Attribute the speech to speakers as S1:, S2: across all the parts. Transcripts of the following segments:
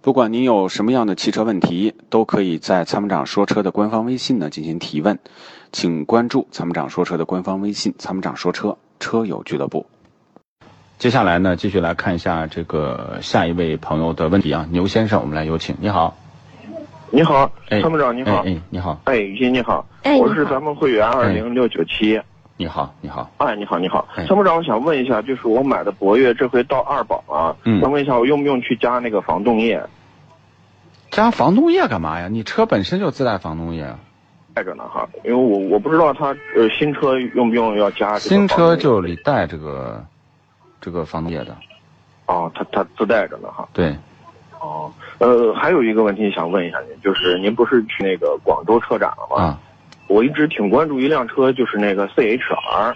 S1: 不管您有什么样的汽车问题，都可以在参谋长说车的官方微信呢进行提问，请关注参谋长说车的官方微信“参谋长说车车友俱乐部”。接下来呢，继续来看一下这个下一位朋友的问题啊，牛先生，我们来有请。你好，
S2: 你好，
S1: 哎
S2: 参谋长你好，
S1: 哎哎，你好，
S2: 哎，雨欣你好，
S3: 哎，
S2: 我
S3: 你
S2: 是
S3: 好
S2: 咱们会员二零六九七，
S1: 你好，你好，
S2: 哎，你好你好
S1: 哎，
S2: 参谋长，我想问一下，就是我买的博越这回到二保啊，
S1: 嗯
S2: 想问一下我用不用去加那个防冻液？
S1: 加防冻液干嘛呀？你车本身就自带防冻液啊，
S2: 带着呢哈，因为我我不知道它呃新车用不用要加这个
S1: 新车
S2: 防冻液
S1: 就里带这个这个防冻液的，
S2: 哦，它它自带着呢哈。
S1: 对，
S2: 哦，呃，还有一个问题想问一下您，就是您不是去那个广州车展了吗？
S1: 啊，
S2: 我一直挺关注一辆车，就是那个 CHR，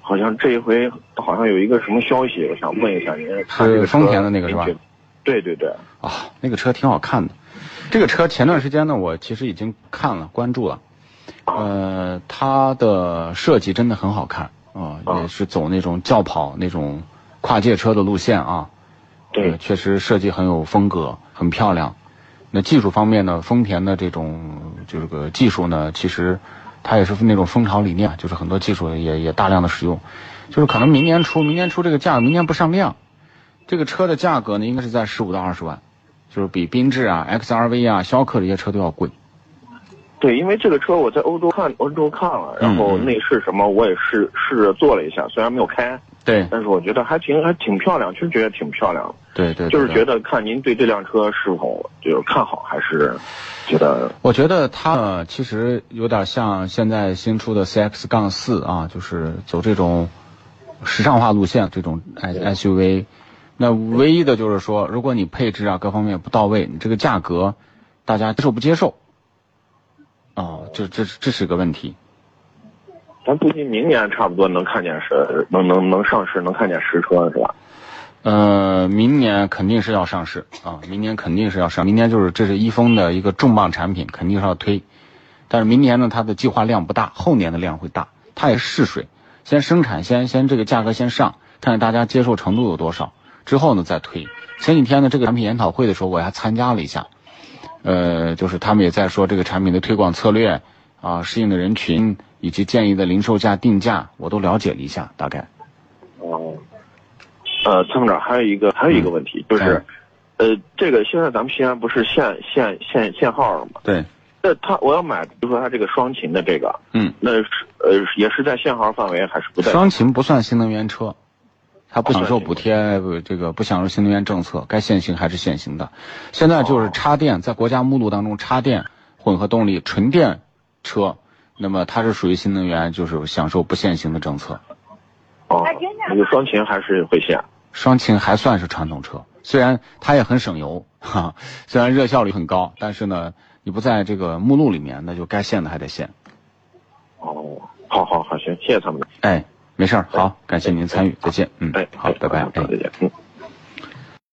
S2: 好像这一回好像有一个什么消息，我想问一下您，看这个车
S1: 丰田的那个是吧
S2: 您觉得？对对对，
S1: 啊，那个车挺好看的。这个车前段时间呢，我其实已经看了、关注了，呃，它的设计真的很好看啊、
S2: 啊
S1: 也是走那种轿跑那种跨界车的路线啊。
S2: 对
S1: 呃确实设计很有风格，很漂亮。那技术方面呢，丰田的这种就这个技术呢，其实它也是那种风潮理念，就是很多技术也也大量的使用，就是可能明年出，明年出这个价，明年不上量，这个车的价格呢，应该是在十五到二十万，就是比缤智啊、XRV 啊、逍客这些车都要贵。
S2: 对，因为这个车我在欧洲看欧洲看
S1: 嗯
S2: 了，然后内饰什么我也试试着做了一下，虽然没有开，
S1: 对
S2: 但是我觉得还挺还挺漂亮，确实觉得挺漂亮，
S1: 对对，
S2: 就是
S1: 对
S2: 觉得看您对这辆车是否就是看好，还是觉得
S1: 我觉得它呢，其实有点像现在新出的 CX 杠四啊，就是走这种时尚化路线，这种 S SUV。那唯一的就是说，如果你配置啊各方面不到位，你这个价格大家接受不接受？哦，这这这是个问题。
S2: 咱估计明年差不多能看见是能能能上市，能看见实车是吧？
S1: 呃，明年肯定是要上市啊，明年肯定是要上，明年就是这是一丰的一个重磅产品，肯定是要推。但是明年呢，它的计划量不大，后年的量会大，它也是试水，先生产，先先这个价格先上，看看大家接受程度有多少，之后呢再推。前几天呢，这个产品研讨会的时候，我还参加了一下，呃，就是他们也在说这个产品的推广策略啊、适应的人群以及建议的零售价定价，我都了解了一下，大概。
S2: 哦，呃，参谋长还有一个还有一个问题、就是，
S1: 嗯
S2: 呃，这个现在咱们西安不是限限限限号了吗？
S1: 对，
S2: 那他我要买，比如说他这个双擎的这个，
S1: 嗯。
S2: 那是呃也是在限号范围还是不在？
S1: 双擎不算新能源车，它不享受
S2: 不
S1: 补
S2: 算
S1: 贴，呃这个不享受新能源政策，该限行还是限行的。现在就是插
S2: 哦
S1: 电，在国家目录当中，插电、混合动力、纯电车，那么它是属于新能源，就是享受不限行的政策。
S2: 哦，那个双擎还是会限。
S1: 双擎还算是传统车，虽然它也很省油，哈，虽然热效率很高，但是呢，你不在这个目录里面，那就该限的还得限。
S2: 哦，好好好，行，谢谢参谋长。
S1: 哎，没事儿，好，感谢您参与，再见，嗯
S2: 哎，，
S1: 好，拜拜，
S2: 好
S1: 哎
S2: 再。见。嗯。